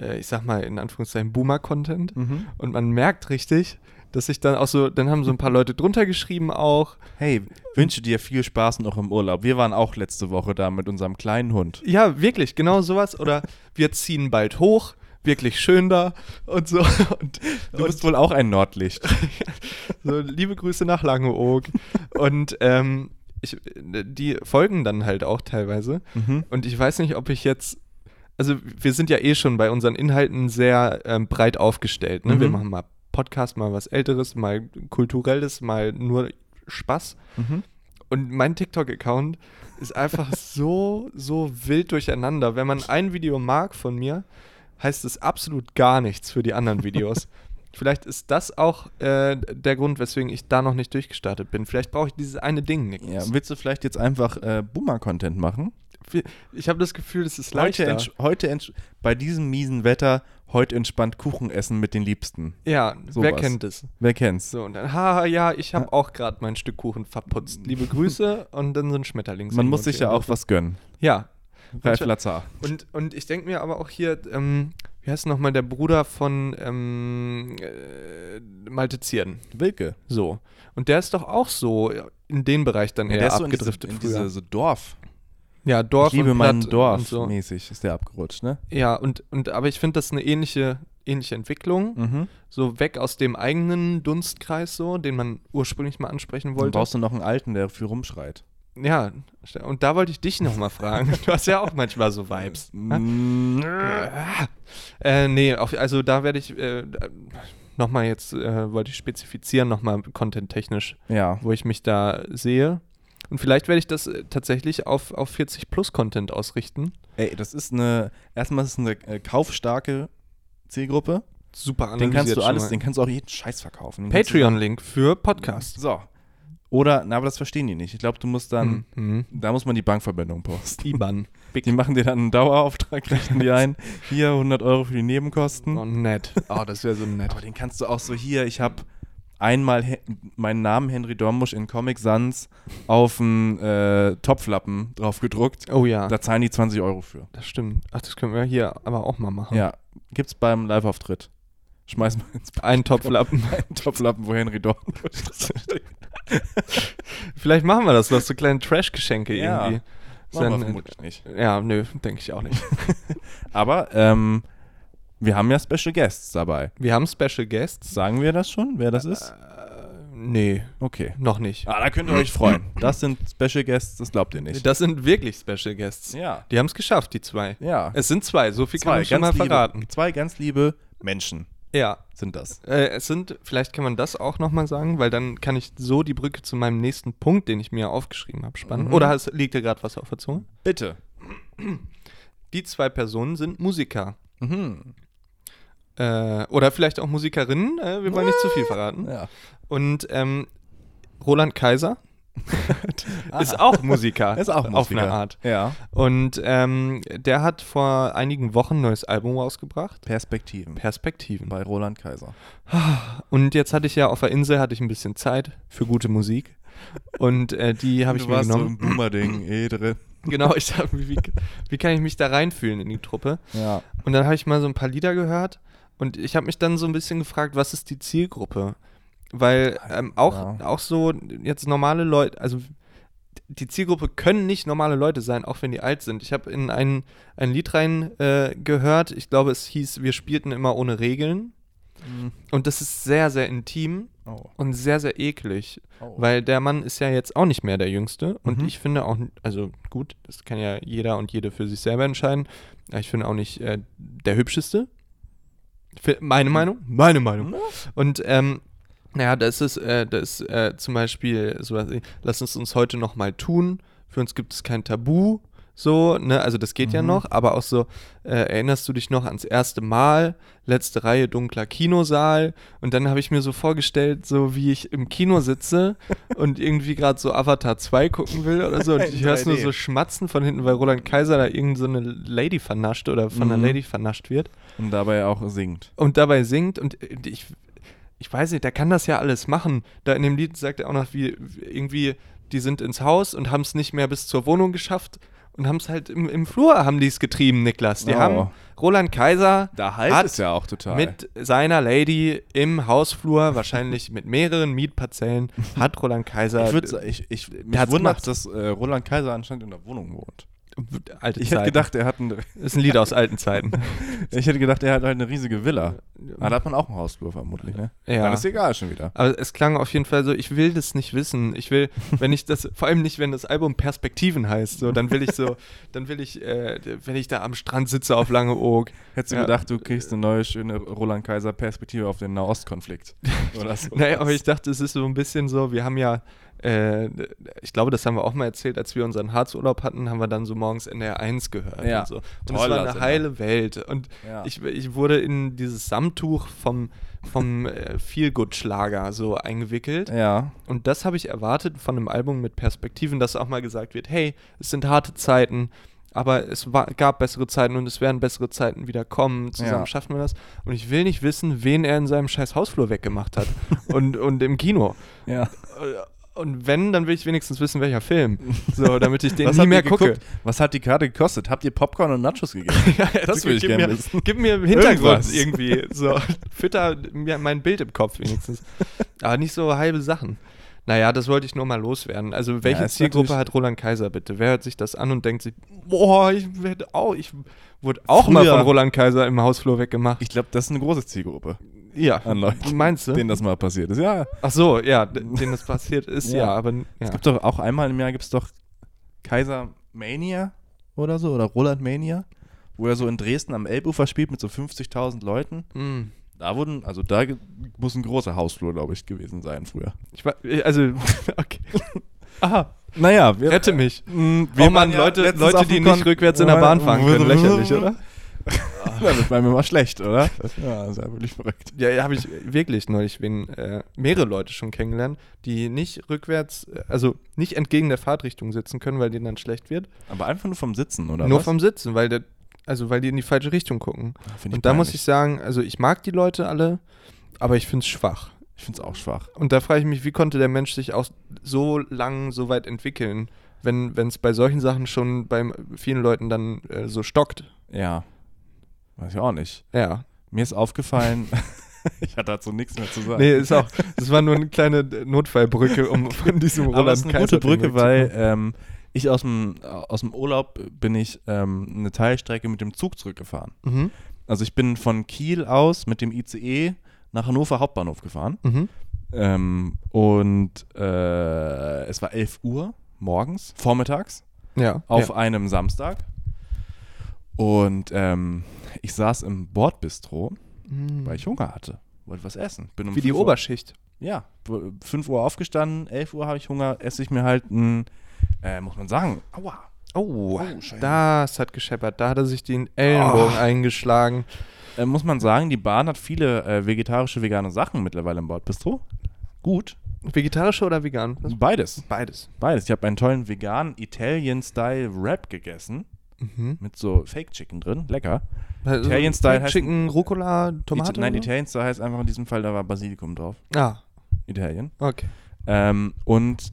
äh, ich sag mal in Anführungszeichen Boomer-Content. Mhm. Und man merkt richtig, dass ich dann auch so, dann haben so ein paar Leute drunter geschrieben auch. Hey, wünsche dir viel Spaß noch im Urlaub. Wir waren auch letzte Woche da mit unserem kleinen Hund. Ja, wirklich, genau sowas. Oder wir ziehen bald hoch, wirklich schön da und so. Und, Du und bist wohl auch ein Nordlicht. so, liebe Grüße nach Langeoog. Und ähm, ich, die folgen dann halt auch teilweise. Und ich weiß nicht, ob ich jetzt. Also, wir sind ja eh schon bei unseren Inhalten sehr ähm, breit aufgestellt. Ne? Mhm. Wir machen mal Podcast, mal was Älteres, mal Kulturelles, mal nur Spaß. Und mein TikTok-Account ist einfach so, so wild durcheinander. Wenn man ein Video mag von mir, heißt es absolut gar nichts für die anderen Videos. Vielleicht ist das auch äh, der Grund, weswegen ich da noch nicht durchgestartet bin. Vielleicht brauche ich dieses eine Ding, Ja, Niklas. willst du vielleicht jetzt einfach äh, Boomer-Content machen? ich habe das Gefühl, es ist Heute, leichter. entsch- heute entsch- bei diesem miesen Wetter heute entspannt Kuchen essen mit den Liebsten. Ja, wer Sowas. kennt es? Wer kennt's? So, und dann, haha, ja, ich habe auch gerade mein Stück Kuchen verputzt. Liebe Grüße und dann so ein Schmetterlings. Man muss sich ja auch was gönnen. Ja. Ralf Lazar. Und, und ich denke mir aber auch hier, ähm, wie heißt nochmal der Bruder von ähm, äh, Malte Zierden? Wilke. So. Und der ist doch auch so in den Bereich dann eher der ist so in diese, abgedriftet in früher. diese so Dorf. ja, Dorf ich liebe und mein Platt Dorf Und so. mäßig ist der abgerutscht, ne? Ja, und, und aber ich finde das eine ähnliche, ähnliche Entwicklung. Mhm. So weg aus dem eigenen Dunstkreis, so, den man ursprünglich mal ansprechen Dann wollte. brauchst du noch einen Alten, der für rumschreit. Ja, und da wollte ich dich nochmal fragen. Du hast ja auch manchmal so Vibes. Hm. Äh, nee, auf, also da werde ich äh, nochmal jetzt, äh, wollte ich spezifizieren, nochmal content-technisch, Ja. wo ich mich da sehe. Und vielleicht werde ich das äh, tatsächlich auf, auf 40 plus Content ausrichten. Ey, das ist eine, erstmal ist es eine äh, kaufstarke Zielgruppe. Super Den kannst du alles, den den kannst du auch jeden Scheiß verkaufen. Den kannst du- Patreon-Link für Podcast. So. Oder, na, aber das verstehen die nicht. Ich glaube, du musst dann, Mhm. da muss man die Bankverbindung posten. IBAN. Big Die machen dir dann einen Dauerauftrag, richten die ein. Hier 100 Euro für die Nebenkosten. Oh, nett. Oh, das wäre so nett. Aber den kannst du auch so hier, ich habe einmal He meinen Namen Henry Dormusch in Comic Sans auf den äh, Topflappen drauf gedruckt. Oh ja, Da zahlen die 20 Euro für. das stimmt. Ach, das können wir hier aber auch mal machen. Ja, gibt's beim Live-Auftritt. Schmeiß mal ins Ein Topflappen. einen Topflappen, wo Henry Dormusch steht. Vielleicht machen wir das, was so kleine Trash-Geschenke Ja. irgendwie. Machen wir Dann- vermutlich nicht. Ja, nö, denke ich auch nicht. Aber ähm, wir haben ja Special Guests dabei. Wir haben Special Guests. Sagen wir das schon, wer das ist? Äh, Nee, Okay. noch nicht. Ah, da könnt ihr euch freuen. Das sind Special Guests, das glaubt ihr nicht. Das sind wirklich Special Guests. Ja. Die haben es geschafft, die zwei. Ja. Es sind zwei, so viel kann Zwei ich schon mal ganz, verraten. liebe, zwei ganz liebe Menschen Ja. sind das. Äh, es sind, vielleicht kann man das auch nochmal sagen, weil dann kann ich so die Brücke zu meinem nächsten Punkt, den ich mir aufgeschrieben habe, spannen. Mhm. Oder es liegt dir gerade was auf der Zunge? Bitte. Die zwei Personen sind Musiker. Mhm. Äh, oder vielleicht auch Musikerinnen. Äh, wir wollen nicht zu viel verraten. Ja. Und ähm, Roland Kaiser ist auch Musiker. Er ist auch Auf Musiker. eine Art. Ja. Und ähm, der hat vor einigen Wochen ein neues Album rausgebracht. Perspektiven Perspektiven. bei Roland Kaiser. Und jetzt hatte ich ja auf der Insel hatte ich ein bisschen Zeit für gute Musik. Und äh, die habe ich du mir warst so genommen. im Boomer-Ding eh drin. genau, ich dachte, mir, wie, wie kann ich mich da reinfühlen in die Truppe? Ja. Und dann habe ich mal so ein paar Lieder gehört und ich habe mich dann so ein bisschen gefragt, was ist die Zielgruppe? Weil ähm, auch, Ja. auch so jetzt normale Leute, also die Zielgruppe können nicht normale Leute sein, auch wenn die alt sind. Ich habe in ein, ein Lied rein äh, gehört, ich glaube, es hieß Wir spielten immer ohne Regeln. Mm. Und das ist sehr, sehr intim Oh. und sehr, sehr eklig. Oh. Weil der Mann ist ja jetzt auch nicht mehr der Jüngste. Und Mhm. ich finde auch, also gut, das kann ja jeder und jede für sich selber entscheiden. Aber ich finde auch nicht äh, der Hübscheste. Für meine Meinung? Meine Meinung. Und ähm, naja, das ist, äh, das äh, zum Beispiel sowas, wie, lass uns uns heute noch mal tun. Für uns gibt es kein Tabu. So, ne, also das geht ja Mhm. noch, aber auch so, äh, erinnerst du dich noch ans erste Mal, letzte Reihe dunkler Kinosaal und dann habe ich mir so vorgestellt, so wie ich im Kino sitze und irgendwie gerade so Avatar 2 gucken will oder so und In ich höre es nur 3D. so schmatzen von hinten, weil Roland Kaiser da irgend so eine Lady vernascht oder von einer Mhm. Lady vernascht wird Und dabei auch singt. und dabei singt und äh, ich, ich weiß nicht, der kann das ja alles machen. Da in dem Lied sagt er auch noch, wie irgendwie, die sind ins Haus und haben es nicht mehr bis zur Wohnung geschafft und haben es halt im, im Flur haben die es getrieben, Niklas. Die Oh. haben Roland Kaiser Da heißt Hat es ja auch total. mit seiner Lady im Hausflur, wahrscheinlich mit mehreren Mietparzellen, hat Roland Kaiser ich würde ich, ich, mich hat's wundert, gemacht. dass äh, Roland Kaiser anscheinend in der Wohnung wohnt. alte Ich Zeiten. hätte gedacht, er hat ein, ist ein Lied aus alten Zeiten. ich hätte gedacht, er hat halt eine riesige Villa. Ah, da hat man auch einen Hausflur vermutlich, ne? Ja. Dann ist egal schon wieder. Aber es klang auf jeden Fall so, ich will das nicht wissen. Ich will, wenn ich das, vor allem nicht, wenn das Album Perspektiven heißt, so, dann will ich so, dann will ich, äh, wenn ich da am Strand sitze auf Langeoog. Hättest du Ja. gedacht, du kriegst eine neue schöne Roland Kaiser Perspektive auf den Nahostkonflikt oder so. Naja, aber ich dachte, es ist so ein bisschen so, wir haben ja, äh, ich glaube, das haben wir auch mal erzählt, als wir unseren Harzurlaub hatten, haben wir dann so morgens NDR 1 gehört Ja. und so. Und es Toller war eine Sender. heile Welt. Und Ja. ich, ich wurde in dieses Samtuch vom, vom äh, Feelgood-Schlager so eingewickelt. ja. Und das habe ich erwartet von einem Album mit Perspektiven, dass auch mal gesagt wird, hey, es sind harte Zeiten, aber es wa- gab bessere Zeiten und es werden bessere Zeiten wieder kommen. Zusammen Ja. schaffen wir das. Und ich will nicht wissen, wen er in seinem scheiß Hausflur weggemacht hat und, und im Kino. Äh, ja. Und wenn, dann will ich wenigstens wissen, welcher Film. So, damit ich den Was nie habt mehr ihr gucke. geguckt? Was hat die Karte gekostet? Habt ihr Popcorn und Nachos gegessen? Ja, Das will ich Also gib gerne mir, wissen. Gib mir Hintergrund Irgendwas. irgendwie. So, fütter mir mein Bild im Kopf wenigstens. Aber nicht so halbe Sachen. Naja, das wollte ich nur mal loswerden. Also, welche Ja, ist Zielgruppe natürlich- hat Roland Kaiser bitte? Wer hört sich das an und denkt sich, boah, ich, werd auch, ich wurde auch mal Früher- von Roland Kaiser im Hausflur weggemacht? Ich glaube, das ist eine große Zielgruppe ja, an Leuten, meinst du? denen das mal passiert ist. Ja. Ach so, ja, d- denen das passiert ist, ja, Ja. aber n- ja. Es gibt doch auch einmal im Jahr gibt es doch Kaiser Mania oder so oder Roland Mania, wo er so in Dresden am Elbufer spielt mit so 50.000 Leuten. Mm. Da wurden, also da ge- muss ein großer Hausflur, glaube ich, gewesen sein früher. Ich, wa- also, okay. Aha, Naja, wir, rette mich. wir oh Mann, Leute, Leute die nicht rückwärts in der Bahn fahren können, lächerlich, oder? Damit war mir mal schlecht, oder? Ja, das ist ja wirklich verrückt. Ja, ja, habe ich wirklich neulich wen, äh, mehrere Leute schon kennengelernt, die nicht rückwärts, äh, also nicht entgegen der Fahrtrichtung sitzen können, weil denen dann schlecht wird. Aber einfach nur vom Sitzen, oder nur was? vom Sitzen, weil der, also weil die in die falsche Richtung gucken. Find Und da muss ich peinlich. sagen, also ich mag die Leute alle, aber ich finde es schwach. Ich finde es auch schwach. Und da frage ich mich, wie konnte der Mensch sich auch so lang so weit entwickeln, wenn es bei solchen Sachen schon bei vielen Leuten dann äh, so stockt. Ja. Weiß ich auch nicht. Ja. Mir ist aufgefallen, ich hatte dazu nichts mehr zu sagen. Nee, ist auch, das war nur eine kleine Notfallbrücke, um von diesem Roland Aber es ist eine gute Kaiser-Ding ne? Brücke, weil ähm, ich aus dem, aus dem Urlaub bin ich ähm, eine Teilstrecke mit dem Zug zurückgefahren. wegzukommen. Also ich bin von Kiel aus mit dem ICE nach Hannover Hauptbahnhof gefahren. Mhm. Mhm. Ähm, und äh, es war 11 Uhr morgens, vormittags, Ja. auf ja. einem Samstag. Und ähm, ich saß im Bordbistro, weil ich Hunger hatte. Wollte was essen. Bin um Mhm. Wie die 5 Uhr- Oberschicht. ja, 5 Uhr aufgestanden, 11 Uhr habe ich Hunger, esse ich mir halt ein, äh, muss man sagen, aua. Oh, scheiße. das hat gescheppert. Da hat er sich den Ellenbogen Oh. eingeschlagen. Äh, muss man sagen, die Bahn hat viele äh, vegetarische, vegane Sachen mittlerweile im Bordbistro. Gut. Vegetarische oder vegan? Beides. Beides. Beides. Ich habe einen tollen veganen Italian-Style-Wrap gegessen. Mhm. Mit so Fake-Chicken drin. Lecker. Also, Italian-Style Fake heißt- Chicken, Rucola, Tomate? It- Nein, oder so? Italian-Style heißt einfach in diesem Fall, da war Basilikum drauf. Ah, Italien. okay. Ähm, und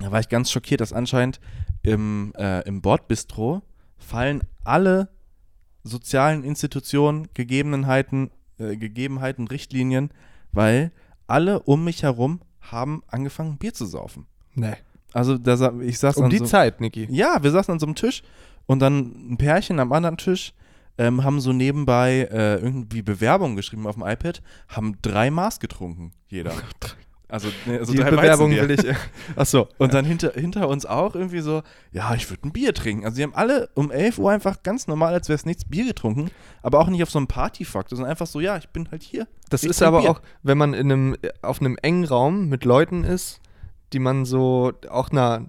da war ich ganz schockiert, dass anscheinend im, äh, im Bordbistro fallen alle sozialen Institutionen, Gegebenheiten, äh, Gegebenheiten, Richtlinien, weil alle um mich herum haben angefangen, Bier zu saufen. Nee. Also da, sa- ich saß Um an die so, Zeit, Niki. Ja, wir saßen an so einem Tisch und dann ein Pärchen am anderen Tisch ähm, haben so nebenbei äh, irgendwie Bewerbungen geschrieben auf dem iPad, haben drei Maß getrunken, jeder. Also, ne, also die drei Bewerbung Weizenbier. will ich. Achso, und dann hinter, hinter uns auch irgendwie so, ja, ich würde ein Bier trinken. Also, sie haben alle um 11 Uhr einfach ganz normal, als wäre es nichts, Bier getrunken, aber auch nicht auf so einem Partyfaktor, sondern einfach so, ja, ich bin halt hier. Das Ich ist trink aber Bier. auch, wenn man in einem, auf einem engen Raum mit Leuten ist, die man so auch einer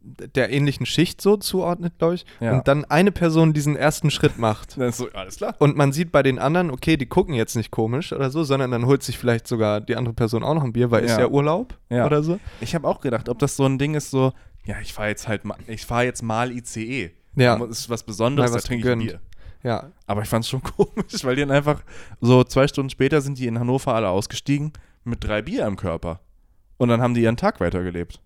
der ähnlichen Schicht so zuordnet, glaube ich, Ja. und dann eine Person diesen ersten Schritt macht. Dann ist so, alles klar. Und man sieht bei den anderen, okay, die gucken jetzt nicht komisch oder so, sondern dann holt sich vielleicht sogar die andere Person auch noch ein Bier, weil ist Ja. ja Urlaub Ja. oder so. Ich habe auch gedacht, ob das so ein Ding ist, so, ja, ich fahre jetzt halt mal, ich fahre jetzt mal ICE. Ja. Das ist was Besonderes, Mal was da trinke gegönnt. ich Bier. Ja, Aber ich fand es schon komisch, weil die dann einfach so zwei Stunden später sind die in Hannover alle ausgestiegen mit drei Bier im Körper. Und dann haben die ihren Tag weitergelebt.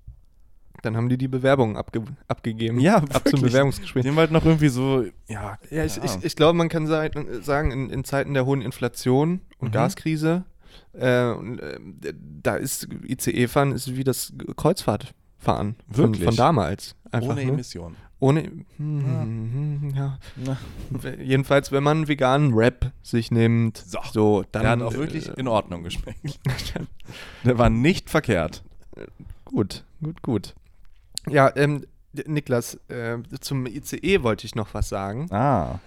dann haben die die Bewerbung abge abgegeben. Ja, ab zum wirklich. Bewerbungsgespräch. Die haben halt noch irgendwie so, ja, Ja, ich, keine ich, Ahnung. ich glaube, man kann sei- sagen, in, in Zeiten der hohen Inflation und Mhm. Gaskrise, äh, und, äh, da ist ICE-Fahren ist wie das Kreuzfahrtfahren von, Wirklich? von damals. Einfach ne? ohne nur. Emissionen. Ohne. Hm, hm, ja. Na. Jedenfalls, wenn man einen veganen Rap sich nimmt, So. so, dann. der hat auch wirklich äh, in Ordnung geschmeckt. der war nicht verkehrt. Gut, gut, gut. Ja, ähm, D- Niklas, äh, zum ICE wollte ich noch was sagen. Ah.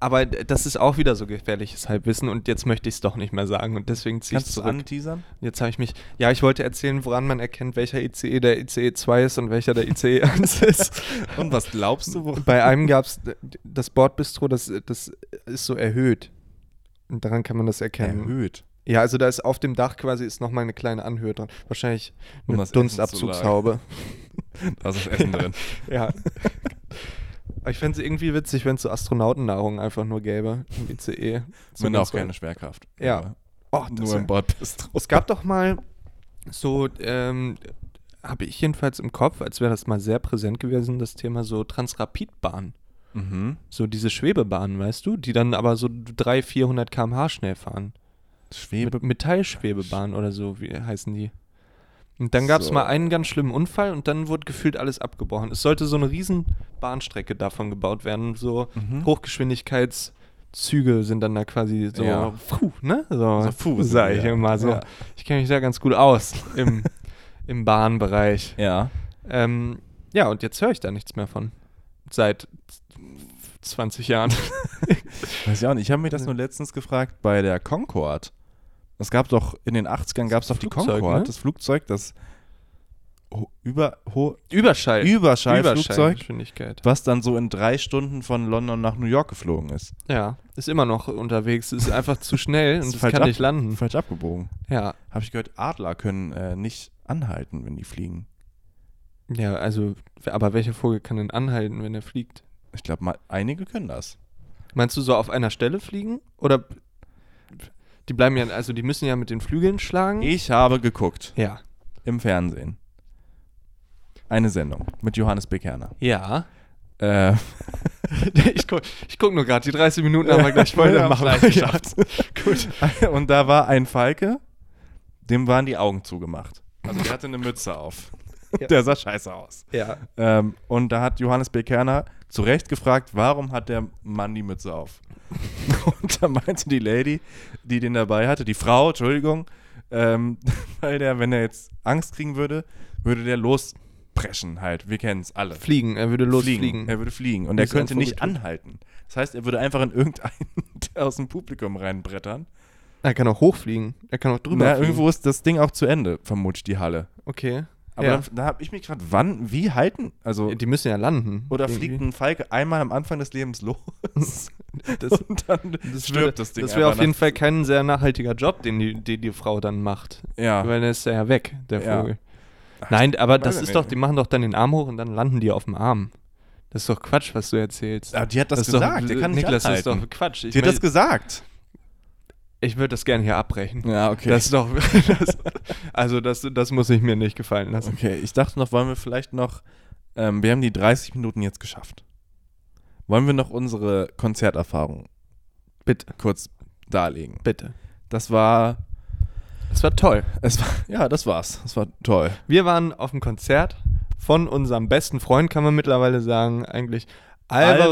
Aber d- das ist auch wieder so gefährliches Halbwissen und jetzt möchte ich es doch nicht mehr sagen und deswegen ziehe ich Kannst du zurück. anteasern? Jetzt habe ich mich. Ja, ich wollte erzählen, woran man erkennt, welcher ICE der ICE 2 ist und welcher der ICE 1 ist. Und was glaubst du, woran? Bei einem gab es das Bordbistro, das, das ist so erhöht. Und daran kann man das erkennen. Erhöht. Ja, also da ist auf dem Dach quasi ist nochmal eine kleine Anhöhe dran. Wahrscheinlich Um eine das Essen zu Dunstabzugshaube. Da ist das Essen drin. Ja. Aber ich fände es irgendwie witzig, wenn es so Astronautennahrung einfach nur gäbe im ICE. So Sind auch ganz- keine Schwerkraft. Ja. Oh, Aber das Nur wär- im Bordbistro. Es gab doch mal so, ähm, habe ich jedenfalls im Kopf, als wäre das mal sehr präsent gewesen, das Thema so Transrapidbahn. Mhm. So diese Schwebebahnen, weißt du, die dann aber so 300, 400 km/h schnell fahren. Schwebe. Mit Metallschwebebahn oder so, wie heißen die. Und dann gab es So. mal einen ganz schlimmen Unfall und dann wurde gefühlt alles abgebrochen. Es sollte so eine riesen Bahnstrecke davon gebaut werden. So Mhm. Hochgeschwindigkeitszüge sind dann da quasi so, Ja. puh, ne? So, So puh sind sag die, ich ja. immer so. Ja. Ich kenne mich da ganz gut aus im, im Bahnbereich. Ja. Ähm, ja, und jetzt höre ich da nichts mehr von. Seit 20 Jahren. Weiß ich auch nicht. Ich habe mir das nur letztens gefragt bei der Concorde. Es gab doch, in den 80ern gab es doch die Flugzeug, Concorde, ne? das Flugzeug, das ho über, ho Überschall. Überschallflugzeug, Überschallgeschwindigkeit. was dann so in drei Stunden von London nach New York geflogen ist. Ja, ist immer noch unterwegs, ist einfach zu schnell Ist und es falsch kann ab- nicht landen. Falsch abgebogen. Ja, Habe ich gehört, Adler können äh, nicht anhalten, wenn die fliegen. ja, also, aber welcher Vogel kann denn anhalten, wenn er fliegt? Ich glaube, einige können das. Meinst du so auf einer Stelle fliegen? Oder die bleiben ja, also die müssen ja mit den Flügeln schlagen? Ich habe geguckt Ja. im Fernsehen. Eine Sendung mit Johannes Bekerner. Ja. Äh, ich gucke ich guck nur gerade, die 30 Minuten haben wir gleich voll, Ja, dann machen wir gleich ja. geschafft. Gut. Und da war ein Falke, dem waren die Augen zugemacht. Also der hatte eine Mütze auf. Ja. Der sah scheiße aus. ja. Ähm, und da hat Johannes B. Kerner zu Recht gefragt, warum hat der Mann die Mütze auf? Und da meinte die Lady, die den dabei hatte, die Frau, Entschuldigung, ähm, weil der, wenn er jetzt Angst kriegen würde, würde der lospreschen halt. Wir kennen es alle. Fliegen, er würde losfliegen. Fliegen. Er würde fliegen und Wie er so ein könnte nicht Vogelflug. anhalten. Das heißt, er würde einfach in irgendeinen der aus dem Publikum reinbrettern. Er kann auch hochfliegen, er kann auch drüber Na, fliegen. irgendwo ist das Ding auch zu Ende, vermutlich die Halle. Okay. Aber ja. dann, da habe ich mich gefragt, wann, wie halten? Also, die müssen ja landen. oder irgendwie. fliegt ein Falke einmal am Anfang des Lebens los Das, und dann das stirbt würde- das Ding Das wäre auf einfach jeden nach- Fall kein sehr nachhaltiger Job, den die, den die Frau dann macht. Ja. Weil dann ist er ja weg, der Ah. Ja. Vogel. Nein, aber weiß das ich ist nicht. doch, die machen doch dann den Arm hoch und dann landen die auf dem Arm. Das ist doch Quatsch, was du erzählst. Aber die hat das, ist gesagt, doch, der kann nicht Niklas, das ist anhalten. doch Quatsch. Ich, Die hat mein, das gesagt. ich würde das gerne hier abbrechen. Ja, okay. Das ist doch, das, also das, das muss ich mir nicht gefallen lassen. okay, ich dachte noch, wollen wir vielleicht noch Ähm, wir haben die 30 Minuten jetzt geschafft. Wollen wir noch unsere Konzerterfahrung Bitte. kurz darlegen? Bitte. Das war, Es war toll. es war, ja, das war's. Das war toll. Wir waren auf dem Konzert von unserem besten Freund, kann man mittlerweile sagen, eigentlich Alvaro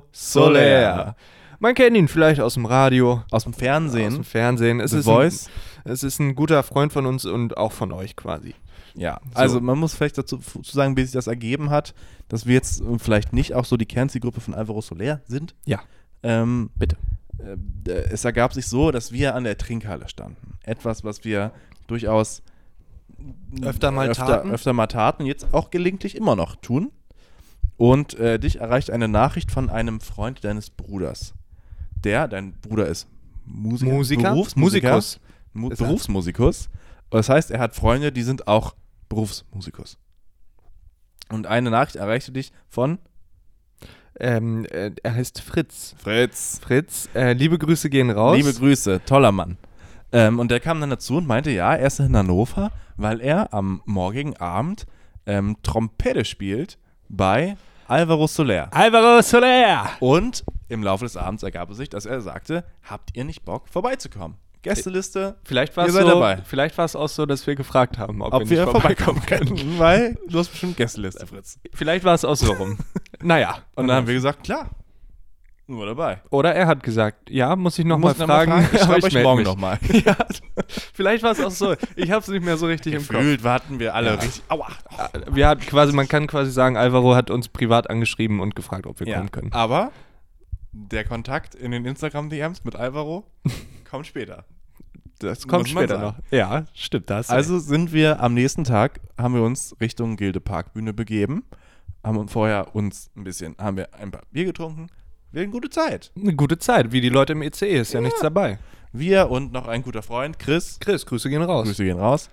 Alvaro Soler. Man kennt ihn vielleicht aus dem Radio, Aus dem aus dem Fernsehen. Fernsehen. Es The ist Voice. Ein, es ist ein guter Freund von uns und auch von euch quasi. Ja, also man muss vielleicht dazu f- zu sagen, wie sich das ergeben hat, dass wir jetzt äh, vielleicht nicht auch so die Kernzielgruppe von Alvaro Soler sind. Ja. Ähm, Bitte. äh, d- es ergab sich so, dass wir an der Trinkhalle standen. Etwas, was wir durchaus Öfter mal öfter, taten. öfter mal taten und jetzt auch gelegentlich immer noch tun. Und äh, dich erreicht eine Nachricht von einem Freund deines Bruders. Der, dein Bruder ist Musiker, Musiker, Berufsmusiker, Musikus. Mu Ist er. Berufsmusikus. Das heißt, er hat Freunde, die sind auch Berufsmusikus. Und eine Nachricht erreichte dich von Ähm, äh, er heißt Fritz. Fritz. Fritz, äh, liebe Grüße gehen raus. Liebe Grüße, toller Mann. Ähm, und der kam dann dazu und meinte, ja, er ist in Hannover, weil er am morgigen Abend ähm, Trompete spielt bei Alvaro Soler. Alvaro Soler. Und im Laufe des Abends ergab es sich, dass er sagte, habt ihr nicht Bock, vorbeizukommen? Gästeliste, Vielleicht war Ihr es so, seid dabei. vielleicht war es auch so, dass wir gefragt haben, ob, ob wir, wir nicht vorbei vorbeikommen können, weil du hast bestimmt Gästeliste, Fritz. Vielleicht war es auch so rum. naja. Und dann haben wir gesagt, klar, nur dabei. Oder er hat gesagt, ja, muss ich nochmal Muss noch mal fragen, ich aber schreibe euch meld morgen mich. nochmal. Ja, vielleicht war es auch so. Ich habe es nicht mehr so richtig im Kopf. Gefühlt warten wir alle richtig, aua. Äh, Wir hatten quasi, man kann quasi sagen, Alvaro hat uns privat angeschrieben und gefragt, ob wir kommen können. Aber der Kontakt in den Instagram-DMs mit Alvaro kommt später. Das muss man sagen. Ja, stimmt das. Also sind wir am nächsten Tag, haben wir uns Richtung Gilde Parkbühne begeben, haben vorher uns ein bisschen, haben wir ein paar Bier getrunken, wir hatten gute Zeit. eine gute Zeit, wie die Leute im EC, ist ja, nichts dabei. Wir und noch ein guter Freund, Chris, Chris, Grüße gehen raus. Grüße gehen raus,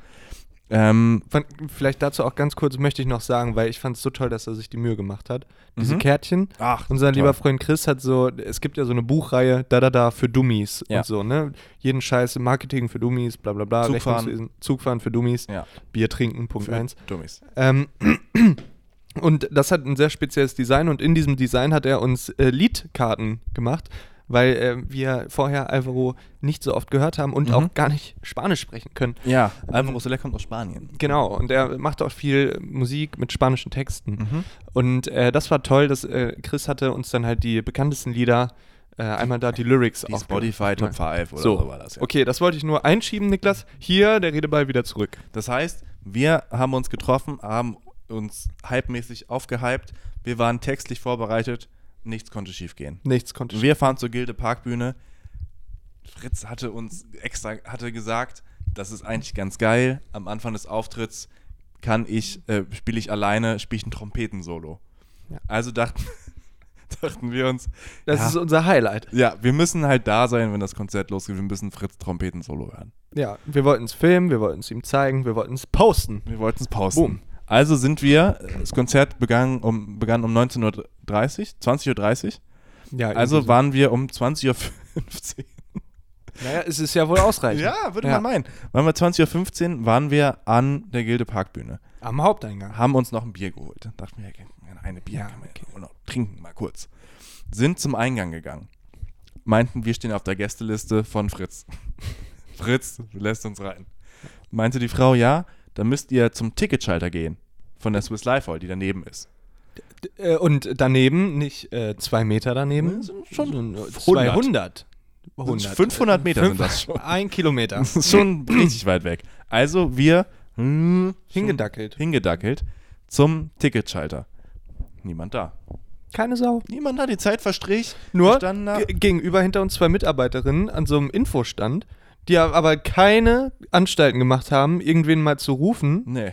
ähm, Von, vielleicht dazu auch ganz kurz möchte ich noch sagen, weil ich fand es so toll, dass er sich die Mühe gemacht hat. Diese Kärtchen. Mhm. Ach, Unser toll. lieber Freund Chris hat so, es gibt ja so eine Buchreihe, da da da für Dummies Ja. und so, ne? Jeden Scheiß, Marketing für Dummies, bla bla bla, Zugfahren. Rechnungswesen, Zugfahren für Dummies, ja, Bier trinken, Punkt für eins. Dummies. Ähm, und das hat ein sehr spezielles Design und in diesem Design hat er uns äh, Liedkarten gemacht, weil äh, wir vorher Alvaro nicht so oft gehört haben Mhm. und auch gar nicht Spanisch sprechen können. Ja, Alvaro Soler kommt aus Spanien. Genau, und er macht auch viel Musik mit spanischen Texten. Mhm. Und äh, das war toll, dass äh, Chris hatte uns dann halt die bekanntesten Lieder, äh, einmal da die Lyrics Die auch Spotify Top 5 oder so, so. war das ja. Okay, das wollte ich nur einschieben, Niklas. Hier der Redeball wieder zurück. Das heißt, wir haben uns getroffen, haben uns hypemäßig aufgehypt, wir waren textlich vorbereitet, nichts konnte schiefgehen. Nichts konnte Wir fahren zur Gilde Parkbühne. Fritz hatte uns extra hatte gesagt, das ist eigentlich ganz geil. Am Anfang des Auftritts kann ich äh, spiele ich alleine, spiele ich ein Trompetensolo. Ja. Also dachten, dachten wir uns, Das ja, ist unser Highlight. ja, wir müssen halt da sein, wenn das Konzert losgeht. Wir müssen Fritz Trompetensolo hören. Ja, wir wollten es filmen, wir wollten es ihm zeigen, wir wollten es posten. Wir wollten es pausen. Boom. Also sind wir, das Konzert begann um, begann um 19.30 Uhr, 20.30 Uhr. Ja, Also irgendwie waren wir um 20.15 Uhr. so. naja, es ist ja wohl ausreichend. Ja, würde Ja. man meinen. Waren wir 20.15 Uhr, waren wir an der Gilde Parkbühne. Am Haupteingang. Haben uns noch ein Bier geholt. Dann dachten wir, ja, eine Bier Ja, kann man ja auch noch trinken, mal kurz. Sind zum Eingang gegangen. Meinten, wir stehen auf der Gästeliste von Fritz. Fritz lässt uns rein. Meinte die Frau, ja, dann müsst ihr zum Ticketschalter gehen. Von der Swiss Life Hall, die daneben ist. Äh, Und daneben, nicht äh, zwei Meter daneben, äh, Sind schon sondern 200. 100. 100. 500 Meter sind das schon. Ein Kilometer. Das ist schon richtig weit weg. Also wir hm, Hingedackelt. hingedackelt zum Ticketschalter. Niemand da. Keine Sau. Niemand da, die Zeit verstrich. Nur Wir standen da, ge- gegenüber hinter uns zwei Mitarbeiterinnen an so einem Infostand, die aber keine Anstalten gemacht haben, irgendwen mal zu rufen. nee.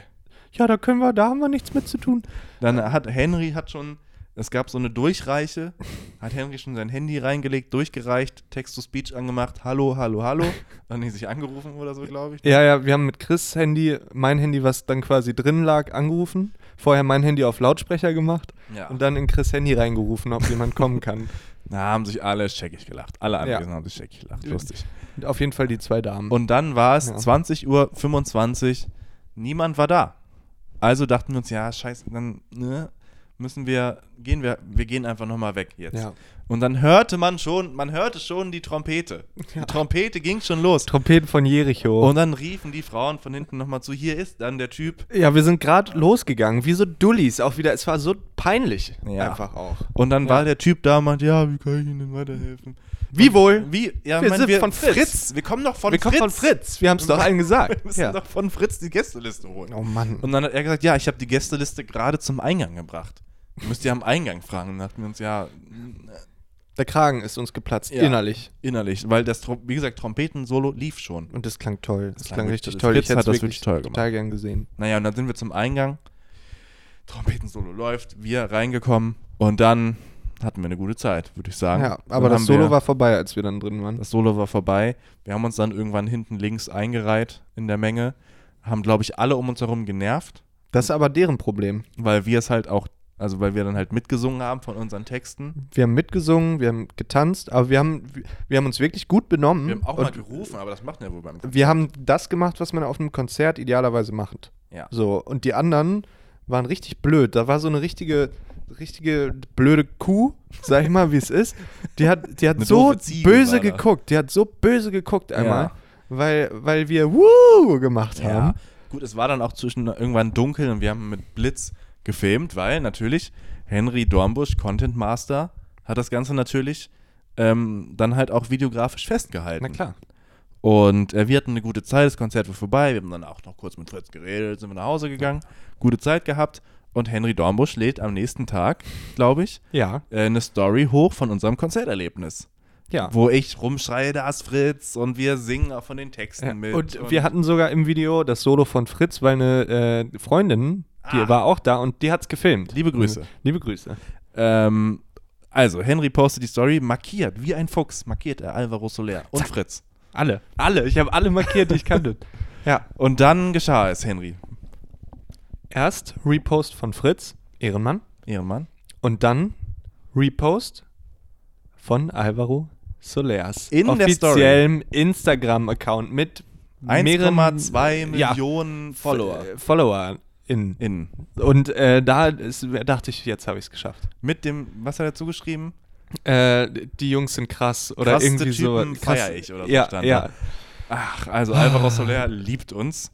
Ja, da können wir, da haben wir nichts mit zu tun. Dann hat Henry hat schon, es gab so eine Durchreiche, hat Henry schon sein Handy reingelegt, durchgereicht, Text-to-Speech angemacht, hallo, hallo, hallo. Dann haben die sich angerufen oder so, glaube ich. Ja, ja, wir haben mit Chris Handy, mein Handy, was dann quasi drin lag, angerufen. Vorher mein Handy auf Lautsprecher gemacht Ja. und dann in Chris Handy reingerufen, ob jemand kommen kann. Da haben sich alle scheckig gelacht. Alle Anwesenden Ja. haben sich scheckig gelacht. Lustig. Und auf jeden Fall die zwei Damen. Und dann war es Ja. 20.25 Uhr, niemand war da. Also dachten wir uns, ja, scheiße, dann ne, müssen wir, gehen wir, wir gehen einfach nochmal weg jetzt. Ja. Und dann hörte man schon, man hörte schon die Trompete. Die Trompete ging schon los. Trompeten von Jericho. Und dann riefen die Frauen von hinten nochmal zu, hier ist dann der Typ. ja, wir sind gerade losgegangen, wie so Dullis, auch wieder. Es war so peinlich, Ja. einfach auch. Und dann war der Typ da und meinte, ja, wie kann ich Ihnen weiterhelfen? Wie wohl? Wie? Ja, Hm. Wir mein, sind von Fritz. Wir kommen doch von wir Fritz. kommen von Fritz, wir haben es doch allen gesagt. Wir müssen doch von Fritz die Gästeliste holen. Oh Mann. Und dann hat er gesagt, ja, ich habe die Gästeliste gerade zum Eingang gebracht. Ihr müsst ihr am Eingang fragen. Und dann dachten wir uns, ja, Der Kragen ist uns geplatzt, Ja. innerlich. innerlich. Weil das, Trom- wie gesagt, Trompeten-Solo lief schon. Und das klang toll. Das, Das klang, klang richtig wirklich- toll. Fritz hätte hat das es wirklich toll gemacht. total gern gesehen. Naja, und dann sind wir zum Eingang. Trompeten-Solo läuft, wir reingekommen. Und dann hatten wir eine gute Zeit, würde ich sagen. Ja, Dann aber das haben Solo wir, war vorbei, als wir dann drin waren. Das Solo war vorbei. Wir haben uns dann irgendwann hinten links eingereiht in der Menge. Haben, glaube ich, alle um uns herum genervt. Das ist aber deren Problem. weil wir es halt auch, also weil wir dann halt mitgesungen haben von unseren Texten. Wir haben mitgesungen, wir haben getanzt, aber wir haben, wir haben uns wirklich gut benommen. und gerufen, aber das macht man ja wohl beim wir haben das gemacht, was man auf einem Konzert idealerweise macht. Ja. So, und die anderen waren richtig blöd. Da war so eine richtige, richtige blöde Kuh, sag ich mal, wie es ist. Die hat, die hat Eine so doofe Ziege böse war da. geguckt. Die hat so böse geguckt einmal, Ja. weil, weil wir Woo gemacht Ja. haben. Gut, es war dann auch zwischen irgendwann dunkel und wir haben mit Blitz gefilmt, weil natürlich Henry Dornbusch, Content Master, hat das Ganze natürlich ähm, dann halt auch videografisch festgehalten. Und äh, wir hatten eine gute Zeit, das Konzert war vorbei, wir haben dann auch noch kurz mit Fritz geredet, sind wir nach Hause gegangen, gute Zeit gehabt und Henry Dornbusch lädt am nächsten Tag, glaube ich, Ja, äh, eine Story hoch von unserem Konzerterlebnis. ja. wo ich rumschreie, da ist Fritz und wir singen auch von den Texten Ja, mit. Und, wir hatten sogar im Video das Solo von Fritz, weil eine äh, Freundin, die Ah. war auch da und die hat's gefilmt. Mhm. Liebe Grüße. Liebe Grüße. ähm, also, Henry postet die Story, markiert, wie ein Fuchs, markiert er Alvaro Soler und Fritz. Alle. Alle. Ich habe alle markiert, die ich kannte. Ja. Und dann geschah es, Henry, Erst Repost von Fritz, Ehrenmann, Ehrenmann. und dann Repost von Alvaro Soleas. In der Story. offiziellem Instagram-Account mit mehreren- 1,2 ja, Millionen Follower. F- Follower. In. In. Und äh, da ist, dachte ich, jetzt habe ich es geschafft. Mit dem, was hat er zugeschrieben? Äh, die Jungs sind krass oder Krassste irgendwie so. Typen feier ich oder so ja, stand ja, da. Ach, also Alvaro Soler liebt uns.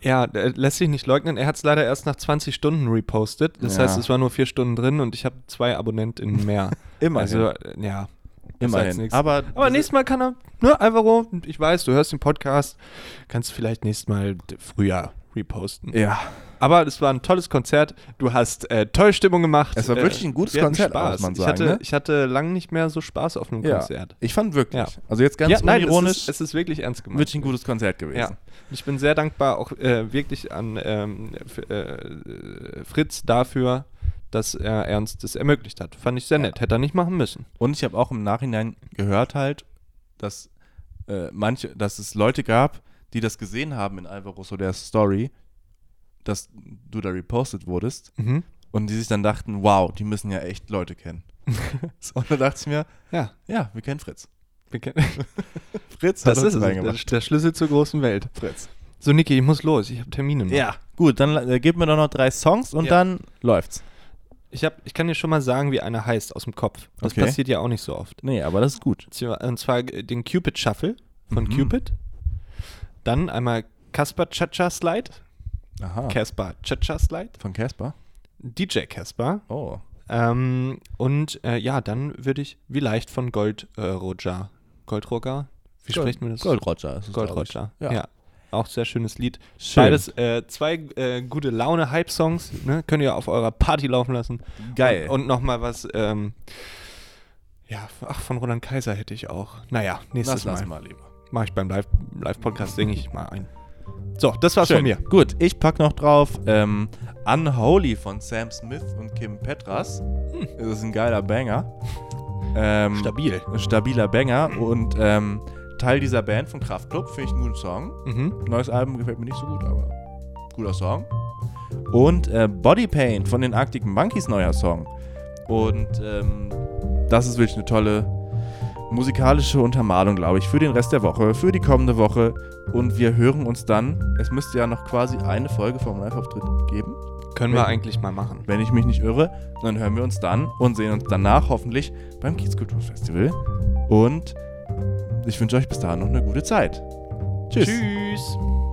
ja, äh, lässt sich nicht leugnen. Er hat es leider erst nach 20 Stunden repostet. Das Ja. heißt, es waren nur vier Stunden drin und ich habe zwei AbonnentInnen mehr. Immerhin. Also, äh, ja. Sag's Immerhin. nix. Aber, Aber nächstes Mal kann er, ne, Alvaro, ich weiß, du hörst den Podcast, kannst du vielleicht nächstes Mal d- früher reposten. Ja. Aber es war ein tolles Konzert. Du hast äh, tolle Stimmung gemacht. Es war äh, wirklich ein gutes wir hatten Konzert, Spaß. muss man ich, sagen, hatte, ne? ich hatte lange nicht mehr so Spaß auf einem ja. Konzert. Ich fand wirklich. Ja. Also jetzt ganz ja, nein, unironisch, Es ist, es ist wirklich ernst gemeint. wirklich ein gutes Konzert gewesen. Ja. Ich bin sehr dankbar auch äh, wirklich an ähm, f- äh, Fritz dafür, dass er Ernst es ermöglicht hat. Fand ich sehr nett. Hätte er nicht machen müssen. Und ich habe auch im Nachhinein gehört halt, dass äh, manche, dass es Leute gab, die das gesehen haben in Alvaro Solers Story, dass du da repostet wurdest Mhm. und die sich dann dachten, wow, die müssen ja echt Leute kennen. und da dachte ich mir, Ja. ja, wir kennen Fritz. wir kennen- Fritz Das hat uns ist es. reingemacht. Der Schlüssel zur großen Welt. Fritz. So, Niki, ich muss los. Ich habe Termine. noch. Ja, gut, dann äh, gib mir doch noch drei Songs und Ja. dann läuft's. Ich, hab, ich kann dir schon mal sagen, wie einer heißt aus dem Kopf. Das Okay. passiert ja auch nicht so oft. Nee, aber das ist gut. Tja, Und zwar äh, den Cupid Shuffle von Mhm. Cupid. Dann einmal Casper Chacha Slide. Aha. Casper Chacha Slide. Von Casper? DJ Casper. Oh. Ähm, und äh, ja, dann würde ich wie leicht von Gold äh, Roger. Gold Roger? Wie spricht man das? Gold Roger ist es, Gold glaub ich. Roger. Ja. Ja. Auch sehr schönes Lied. Schön. Beides äh, zwei äh, gute Laune-Hype-Songs. Ne? Könnt ihr auf eurer Party laufen lassen. Geil. Und, und nochmal was. Ähm, ja, ach, von Roland Kaiser hätte ich auch. Naja, nächstes das lassen Mal. wir lieber. Mache ich beim Live- Live-Podcast, singe ich mal ein. So, das war's von Schön. mir. Gut, ich pack noch drauf ähm, Unholy von Sam Smith und Kim Petras. Das ist ein geiler Banger. Ähm, Hm. Stabil. ein stabiler Banger und ähm, Teil dieser Band von Kraftklub. Finde ich einen guten Song. Mhm. Neues Album gefällt mir nicht so gut, aber guter Song. Und äh, Body Paint von den Arctic Monkeys neuer Song. Und ähm, das ist wirklich eine tolle musikalische Untermalung, glaube ich, für den Rest der Woche, für die kommende Woche. Und wir hören uns dann. Es müsste ja noch quasi eine Folge vom Live-Auftritt geben. können wir eigentlich mal machen. wenn ich mich nicht irre. Dann hören wir uns dann und sehen uns danach hoffentlich beim Kiezkulturfestival. Und ich wünsche euch bis dahin noch eine gute Zeit. Tschüss. Tschüss.